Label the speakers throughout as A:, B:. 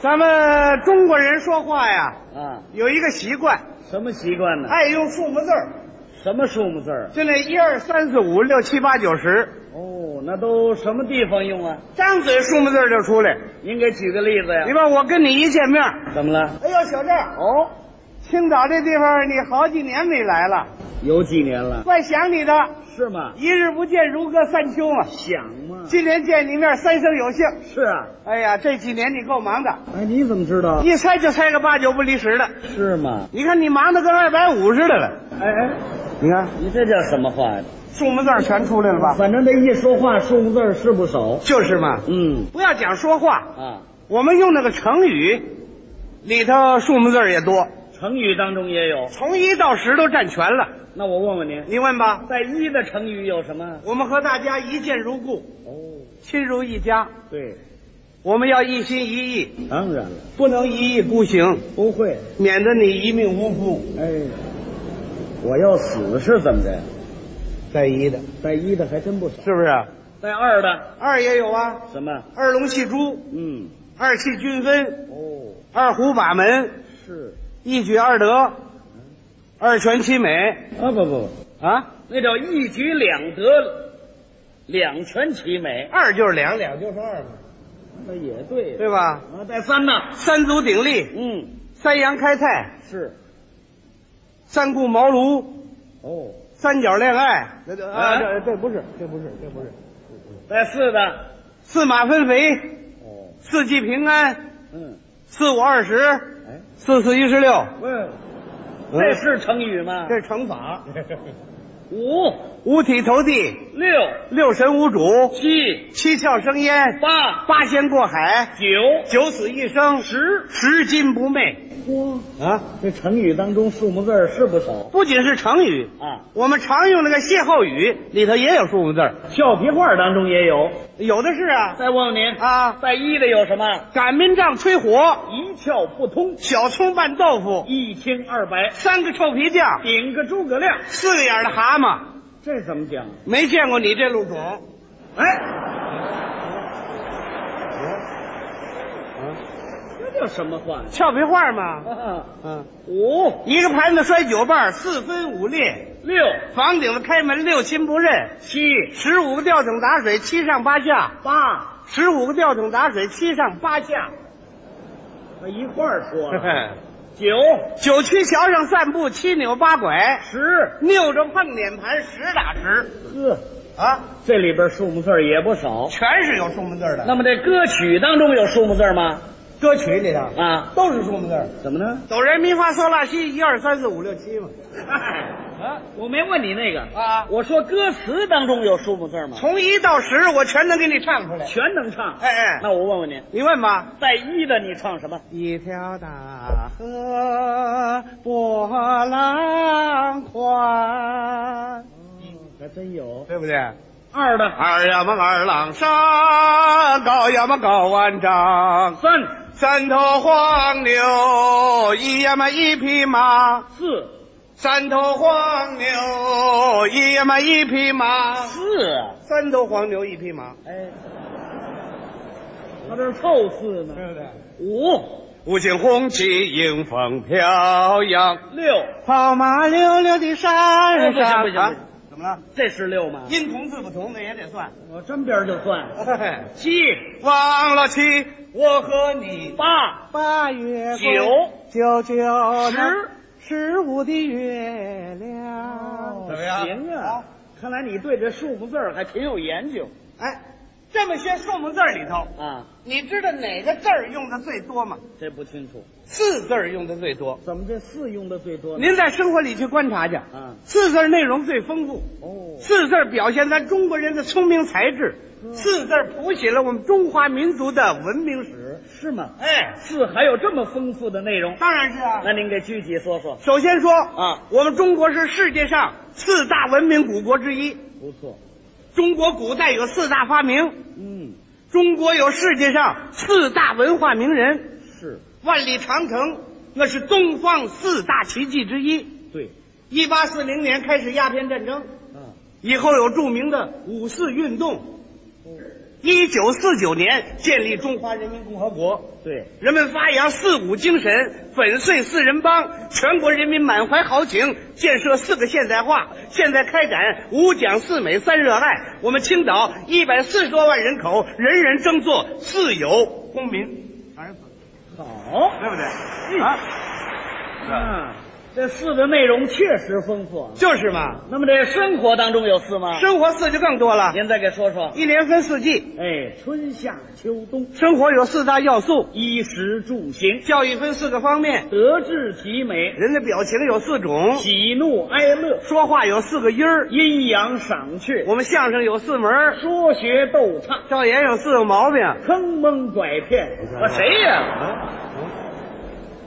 A: 咱们中国人说话呀，
B: 啊，
A: 有一个习惯，
B: 什么习惯呢？
A: 爱用数目字儿，
B: 什么数目字儿？
A: 就那一二三四五六七八九十，
B: 哦，那都什么地方用啊？
A: 张嘴数目字儿就出来。
B: 您给举个例子呀
A: 你？看我跟你一见面，
B: 怎么了？
A: 哎呦，小郑，
B: 哦，
A: 青岛这地方你好几年没来了，
B: 有几年了？
A: 怪想你的。
B: 是吗？
A: 一日不见，如隔三秋啊！
B: 想吗？
A: 今天见你面，三生有幸。
B: 是啊。
A: 哎呀，这几年你够忙的，
B: 哎，你怎么知道？
A: 一猜就猜个八九不离十的。
B: 是吗？
A: 你看你忙的跟二百五似的了。
B: 哎哎，
A: 你看
B: 你这叫什么话呀？
A: 数目字儿全出来了吧？
B: 反正这一说话，数目字儿是不少。
A: 就是嘛。
B: 嗯
A: 不要讲说话，
B: 啊，
A: 我们用那个成语，里头数目字儿也多，
B: 成语当中也有。
A: 从一到十都占全了。
B: 那我问问您，
A: 你问吧，
B: 在一的成语有什么？
A: 我们和大家一见如故，
B: 哦，
A: 亲如一家，
B: 对，
A: 我们要一心一意，
B: 当然了，
A: 不能一意孤行，
B: 不会。
A: 免得你一命呜呼。
B: 哎，我要死是怎么着？
A: 带一的，
B: 带一的还真不少，
A: 是不是？
B: 带二的
A: 二也有啊，
B: 什么？
A: 二龙戏珠，
B: 嗯，
A: 二气均分，
B: 哦，
A: 二虎把门，
B: 是
A: 一举二得，二全其美
B: 啊，不不，
A: 啊。
B: 那叫一举两得，两全其美。
A: 二就是两两，
B: 就是二嘛，那也对。
A: 对吧？
B: 啊，带三呢？
A: 三足鼎立，
B: 嗯，
A: 三羊开泰，
B: 是
A: 三顾茅庐，
B: 哦。
A: 三角恋爱，那就
B: 啊
A: 这这不是，这不是，这不是。
B: 带四的？
A: 四马分肥，
B: 哦，
A: 四季平安，
B: 嗯，
A: 四五二十，
B: 哎，
A: 四四一十六，
B: 问，这是成语吗？
A: 这是乘法。
B: 五
A: 五体投地，
B: 六
A: 六神无主，
B: 七
A: 七窍生烟，
B: 八
A: 八仙过海，
B: 九
A: 九死一生，
B: 十。
A: 拾金不昧
B: 哇，
A: 啊！
B: 这成语当中数目字儿是不少
A: 不仅是成语，
B: 啊。
A: 我们常用那个歇后语里头也有数目字儿，
B: 俏皮话当中也有。
A: 有的是啊
B: 再问问您，
A: 啊，
B: 带一的有什么？
A: 擀面杖吹火。
B: 一窍不通，
A: 小葱拌豆腐，
B: 一清二白，
A: 三个臭皮匠，
B: 顶个诸葛亮。
A: 四个眼儿的蛤蟆，
B: 这怎么讲？
A: 没见过你这路种。
B: 哎，这叫什么话呀？
A: 俏皮话嘛。
B: 啊，
A: 嗯，
B: 五
A: 一个盘子摔九瓣，四分五裂；
B: 六
A: 房顶子开门，六亲不认；
B: 七
A: 十五个吊桶打水，七上八下；
B: 八，
A: 十五个吊桶打水，七上八 下。
B: 他一块儿说 九
A: 九曲桥上散步，七扭八拐，
B: 十，
A: 扭着碰脸盘，实打实
B: 呵，
A: 啊，
B: 这里边数目字儿也不少。
A: 全是有数目字儿的。
B: 那么这歌曲当中有数目字儿吗？
A: 歌曲里头
B: 啊，
A: 都是数目字儿，
B: 怎么呢？
A: 哆来咪发嗦拉西，一二三四五六七嘛。
B: 啊，我没问你那个
A: 啊
B: 我说歌词当中有数目字吗？
A: 从一到十，我全能给你唱出来。
B: 全能唱。
A: 哎哎
B: 那我问问您，
A: 你问吧。
B: 带一的你唱什么？
A: 一条大河波浪宽，
B: 嗯还真有。
A: 对不对？
B: 二的
A: 二呀嘛二郎山，高呀嘛高万丈，
B: 三
A: 三头黄牛，一呀嘛一匹马，
B: 四
A: 三头黄牛，一呀嘛一匹马，
B: 四啊，
A: 三头黄牛一匹马，
B: 哎，他这是凑四呢。
A: 对不对？
B: 五
A: 五星红旗迎风飘扬。
B: 六，
A: 跑马溜溜的山上，
B: 不行不行不行
A: 啊怎么了？
B: 这是六吗？
A: 音同字不同，那也得算。
B: 我沾边儿就算。七
A: 忘了七，我和你
B: 八
A: 八月
B: 九
A: 九九
B: 十
A: 十五的月亮，怎么样？
B: 行啊，看来你对这数目字儿还挺有研究
A: 哎，这么些数目字儿里头，
B: 啊。
A: 你知道哪个字儿用的最多吗？
B: 这不清楚，
A: 四字儿用的最多。
B: 怎么这四用的最多呢？
A: 您在生活里去观察去，
B: 啊，
A: 四字儿内容最丰富。
B: 哦，
A: 四字儿表现咱中国人的聪明才智，四字儿谱写了我们中华民族的文明史。
B: 是吗？
A: 哎，
B: 四还有这么丰富的内容？
A: 当然是啊。
B: 那您给具体说说。
A: 首先说
B: 啊，
A: 我们中国是世界上四大文明古国之一。
B: 不错，
A: 中国古代有四大发明，
B: 嗯，
A: 中国有世界上四大文化名人。
B: 是
A: 万里长城那是东方四大奇迹之一。
B: 对，
A: 一八四零年开始鸦片战争，
B: 啊，哦
A: 以后有著名的五四运动，一九四九年建立中华人民共和国，
B: 对，
A: 人们发扬四五精神，粉碎四人帮，全国人民满怀豪情，建设四个现代化。现在开展五讲四美三热爱，我们青岛一百四十多万人口，人人争做四有公民儿子，
B: 好，
A: 对不对？
B: 嗯
A: 啊，
B: 啊，这四的内容确实丰富啊。
A: 就是嘛，
B: 那么这生活当中有四吗？
A: 生活四就更多了，
B: 您再给说说。
A: 一年分四季，
B: 哎，春夏秋冬，
A: 生活有四大要素，
B: 衣食住行，
A: 教育分四个方面，
B: 德智体美，
A: 人的表情有四种，
B: 喜怒哀乐，
A: 说话有四个音儿，
B: 阴阳赏雀，
A: 我们相声有四门儿，
B: 说学逗唱，
A: 赵岩有四个毛病。
B: 坑蒙拐骗。我谁呀、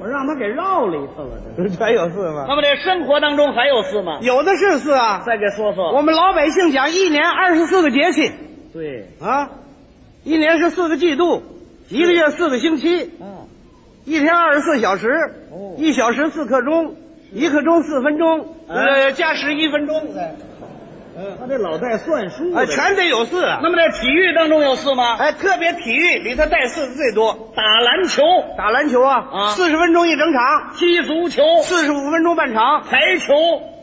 B: 我让他给绕里头了。这。
A: 全有四吗？
B: 那么这生活当中还有四吗？
A: 有的是四啊。
B: 再给说说。
A: 我们老百姓讲一年二十四个节气
B: 对，
A: 啊，一年是四个季度，一个月四个星期，
B: 啊，
A: 一天二十四小时
B: 哦，
A: 一小时四刻钟，一刻钟四分钟，
B: 啊
A: 呃，加十一分钟，
B: 嗯他这老在算数
A: 啊，
B: 啊，
A: 全得有四啊
B: 那。么这体育当中有四吗？
A: 哎，特别体育里头带四的最多，
B: 打篮球、
A: 打篮球啊，
B: 啊
A: 四十分钟一整场，
B: 踢足球、
A: 四十五分钟半场，
B: 排球、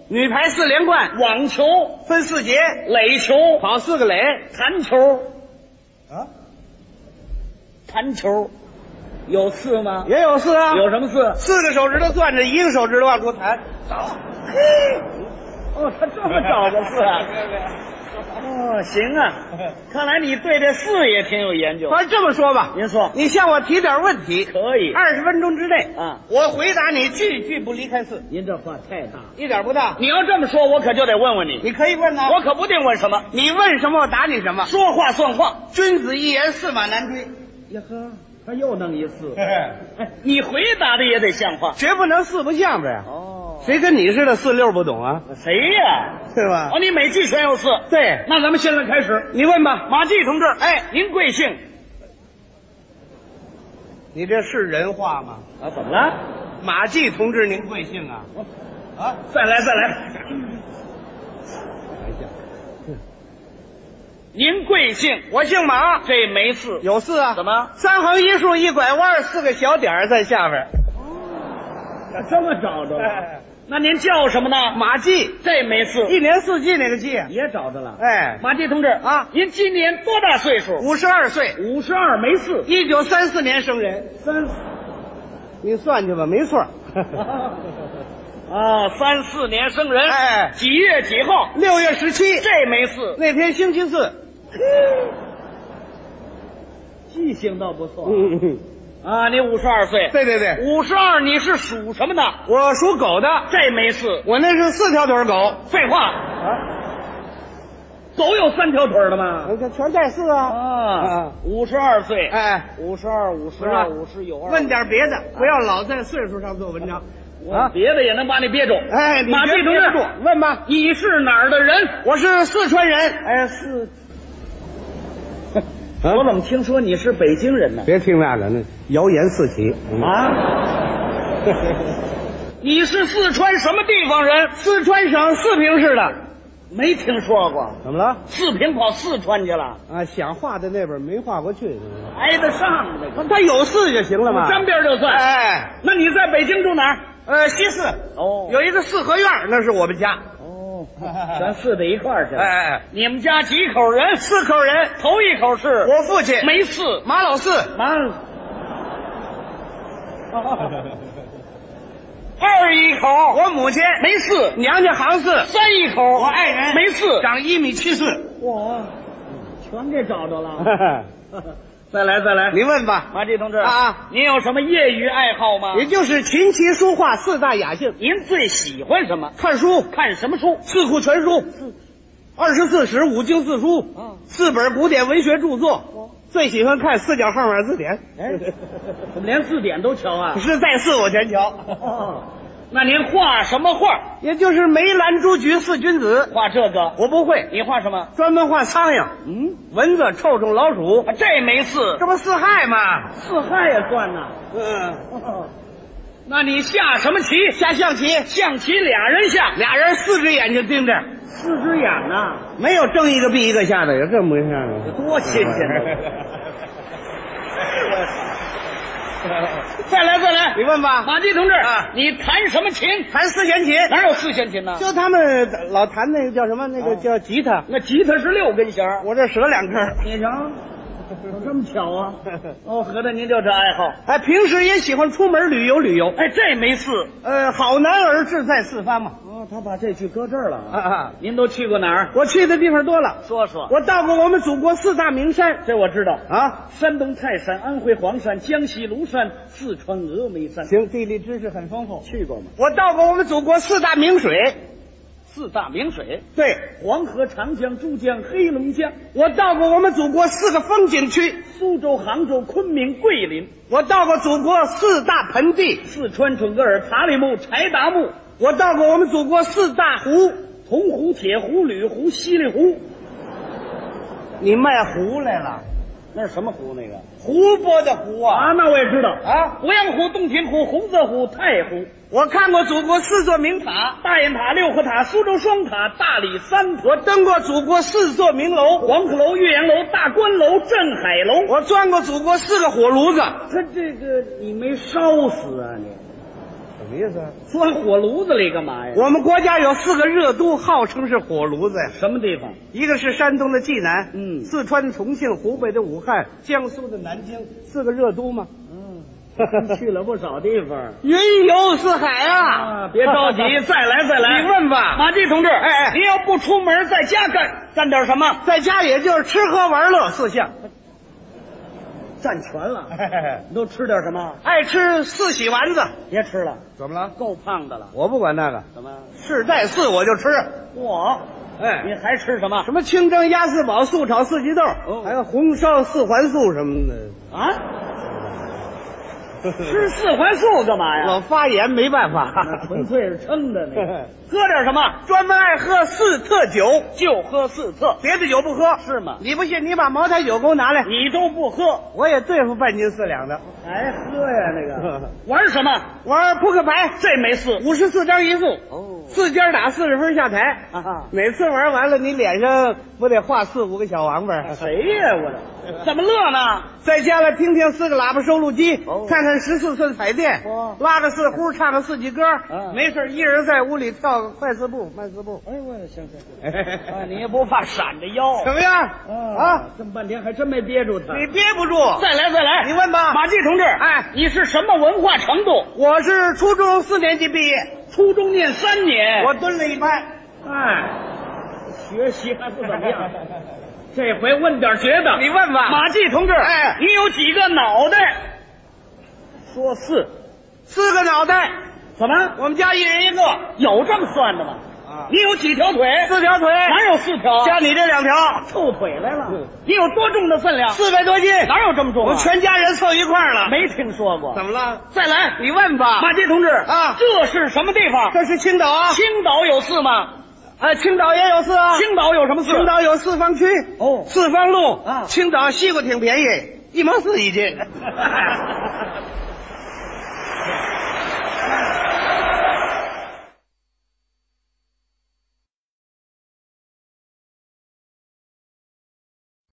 A: 女排四连冠，
B: 网球、
A: 分四节，
B: 垒球、
A: 跑四个垒，
B: 弹球、
A: 啊，
B: 弹球，有四吗？
A: 也有四啊，
B: 有什么四？
A: 四个手指头攥着，一个手指头往出弹。
B: 哦，他这么找的四啊？ 哦，行 啊，看来你对这四也挺有研究。
A: 反正这么说吧，
B: 您说
A: 你向我提点问题，
B: 可以？
A: 二十分钟之内
B: 啊，
A: 我回答你句句不离开四，
B: 您这话太大了。
A: 一点不大。
B: 你要这么说，我可就得问问你，啊
A: 你可以问呐，
B: 我可不定问什么，
A: 你问什么我答你什么。
B: 说话算话。
A: 君子一言，驷马难追，
B: 呀呵，他又弄一四，哎你回答的也得像话。
A: 绝不能四不像呗。
B: 哦，
A: 谁跟你似的四六不懂啊？
B: 谁呀？
A: 对吧？
B: 哦，你每句全有四。
A: 对，
B: 那咱们现在开始。
A: 你问吧。
B: 马季同志，哎，您贵姓？
A: 你这是人话吗？
B: 啊，怎么了？
A: 马季同志，您贵姓啊？啊，
B: 再来，再来。您贵姓？
A: 我姓马，
B: 这没四。
A: 有四啊？
B: 怎么？
A: 三横一竖一拐弯，四个小点儿在下边。
B: 这么找着
A: 哦
B: 了？哎那您叫什么呢？
A: 马季，
B: 这没四，
A: 一年四季那个季。啊
B: 也找着了。
A: 哎，
B: 马季同志
A: 啊
B: 您今年多大岁数？
A: 五十二岁，
B: 五十二，没四。
A: 一九三四年生人。
B: 三四
A: 你算去吧，没 错。
B: 啊，三四年生人，
A: 哎
B: 几月几号？
A: 六月十七
B: 这没四，
A: 那天星期四。
B: 记性倒不错
A: 嗯，嗯
B: 啊。你五十二岁，
A: 对对对，
B: 五十二，你是属什么的？
A: 我属狗的，
B: 这没四，
A: 我那是四条腿狗。
B: 废话，
A: 啊，
B: 狗有三条腿的吗？
A: 这全带四啊。
B: 啊
A: 啊，
B: 五十二岁，
A: 哎，
B: 五十二，五十
A: 吧
B: 二，五十有二。
A: 问点别的，不要老在岁数上做文章。啊
B: 我别的也能啊把你憋住。
A: 哎，你
B: 马
A: 别
B: 季同
A: 憋
B: 志，
A: 住问吧。
B: 你是哪儿的人？
A: 我是四川人。
B: 哎，四。
A: 啊
B: 我怎么听说你是北京人呢？
A: 别听那个，那谣言四起。嗯
B: 啊，你是四川什么地方人？
A: 四川省四平市的，
B: 没听说过。
A: 怎么了？
B: 四平跑四川去了，
A: 啊，想画的那边没画过去。
B: 挨得上那个，
A: 他有四就行了嘛。
B: 沾边就算。
A: 哎，
B: 那你在北京住哪儿？
A: 呃，西四
B: 哦
A: 有一个四合院，那是我们家。
B: 哦，咱四得一块儿去了。
A: 哎，
B: 你们家几口人？
A: 四口人，
B: 头一口是
A: 我父亲
B: 没四，
A: 马老四，
B: 妈。 二一口
A: 我母亲
B: 没四，
A: 娘家行四，
B: 三一口我
A: 爱人
B: 没四。
A: 长一米七四。
B: 我全给找着了。 再来再来，
A: 你问吧，
B: 马季同志
A: 啊，
B: 您有什么业余爱好吗？
A: 也就是琴棋书画四大雅兴，
B: 您最喜欢什么？
A: 看书
B: 看什么书？
A: 四库全书，二十四史五经四书，
B: 啊
A: 四本古典文学著作，最喜欢看四角号码字典，
B: 哎，怎么连字典都瞧啊？
A: 是在四我全瞧，
B: 那您画什么画？
A: 也就是梅兰竹菊四君子，
B: 画这个？
A: 我不会，
B: 你画什么？啊
A: 专门画苍蝇、
B: 嗯，
A: 蚊子、臭虫、老鼠，
B: 这没四，
A: 这不四害吗？
B: 四害也算呐。
A: 嗯，
B: 那你下什么棋？
A: 下象棋，
B: 象棋俩人下，
A: 俩人四只眼睛盯着，
B: 四只眼呐，
A: 没有睁一个闭一个下的，有这么回事
B: 这
A: 吗？嗯
B: 多新鲜呐！再来再来，
A: 你问吧，
B: 马季同志，
A: 啊
B: 你弹什么琴？
A: 弹四弦琴，
B: 哪有四弦琴呢？
A: 就他们老弹那个叫什么，那个叫吉他，
B: 那吉他是六根弦儿。
A: 我这折两根儿。
B: 你瞧，有这么巧啊？ 哦，合着您就这爱好？
A: 哎，平时也喜欢出门旅游旅游。
B: 哎，这没四。
A: 呃，好男儿志在四方嘛。
B: 哦，他把这句搁这儿了
A: 啊
B: 啊。
A: 啊，
B: 您都去过哪儿？
A: 我去的地方多了，
B: 说说。
A: 我到过我们祖国四大名山
B: 这我知道，
A: 啊。
B: 山东泰山、安徽黄山、江西庐山、四川峨眉山，
A: 行，地理知识很丰富。
B: 去过吗？
A: 我到过我们祖国四大名水，
B: 四大名水：
A: 对
B: 黄河、长江、珠江、黑龙江、
A: 我到过我们祖国四个风景区，
B: 苏州、杭州、昆明、桂林、
A: 我到过祖国四大盆地，
B: 四川准格尔、塔里木、柴达木、
A: 我到过我们祖国四大湖。
B: 铜湖、铁湖、吕湖、西里湖。
A: 你卖湖来了？
B: 那是什么湖？那个
A: 湖泊的湖啊！
B: 啊，那我也知道
A: 啊，
B: 鄱阳湖、洞庭湖、洪泽湖、太湖、
A: 我看过祖国四座名塔，
B: 大雁塔、六合塔、苏州双塔、大理三
A: 我
B: 塔、
A: 登过祖国四座名楼，
B: 黄鹤楼、岳阳楼、大观楼、镇海楼。
A: 我钻过祖国四个火炉子。
B: 他这个你没烧死啊你？
A: 什么意思啊？
B: 钻火炉子里干嘛呀？
A: 我们国家有四个热都，号称是火炉子呀。
B: 什么地方？
A: 一个是山东的济南，
B: 嗯
A: 四川重庆，湖北的武汉，江苏的南京，四个热都嘛。
B: 嗯， 去了不少地方
A: 云游四海啊！
B: 啊！别着 急，再来再 来。
A: 你问吧。
B: 马季同志，
A: 哎哎
B: 您要不出门，在家干干点什么？
A: 在家也就是吃喝玩乐四 项，
B: 占全了。哎你都吃点什么？
A: 爱吃四喜丸子。
B: 别吃了，
A: 怎么了？
B: 够胖的了。
A: 我不管那个，
B: 怎么？
A: 世代四我就吃。
B: 嚯！你
A: 哎，
B: 还吃什么？
A: 什么清蒸鸭四宝、素炒四季豆，
B: 哦
A: 还有红烧四环素什么的。
B: 啊？吃四环素干 嘛呀？
A: 我发炎没办 法
B: 那，纯粹是撑的那个。 喝点什么？
A: 专门爱喝四特酒，
B: 就喝四特，
A: 别的酒不喝。
B: 是吗？
A: 你不信，你把茅台酒给我拿来，
B: 你都不喝，
A: 我也对付半斤四两的。
B: 还喝呀？那个 玩什么？
A: 玩扑克牌，
B: 这没事。
A: 五十四张一副，
B: 哦
A: 四家打四十分下台。
B: 啊，
A: 每次玩完了，你脸上不得画四五个小王八？
B: 谁呀？我怎么乐呢？
A: 再加了听听四个喇叭收录机，
B: 哦
A: 看看十四寸彩电，
B: 哦
A: 拉个四胡，唱个四季歌。
B: 嗯
A: 没事，一人在屋里跳个快四步、慢四 步。
B: 哎，我行行行，啊，
A: 怎
B: 你也不怕闪着腰
A: 么样？
B: 嗯
A: 啊，，
B: 这么半天还真没憋住他。
A: 你憋不住，
B: 再来再来，
A: 你问吧。
B: 马季同志，
A: 哎
B: 你是什么文化程度？
A: 我是初中四年级毕业，
B: 初中念三年，
A: 我蹲了一拍。
B: 哎，学习还不怎么样，这回问点绝的。
A: 你问吧，
B: 马季同志，
A: 哎
B: 你有几个脑袋？说四，
A: 四个脑袋，
B: 怎么
A: 我们家一人一个，
B: 有这么算的吗？
A: 啊
B: 你有几条腿？
A: 四条腿，
B: 哪有四条？
A: 加你这两条，
B: 凑腿来了
A: 嗯。
B: 你有多重的分量？
A: 四百多斤，
B: 哦哪有这么重、
A: 我
B: 啊？
A: 们全家人凑一块儿了。
B: 没听说过。
A: 怎么了？
B: 再来，
A: 你问吧。
B: 马杰同志
A: 啊
B: 这是什么地方？
A: 这是青岛啊，
B: 青岛有四吗？
A: 啊，青岛也有四啊。
B: 青岛有什么四？
A: 青岛有四方区，
B: 哦
A: 四方路
B: 啊
A: 青岛西瓜挺便宜，一毛四一斤。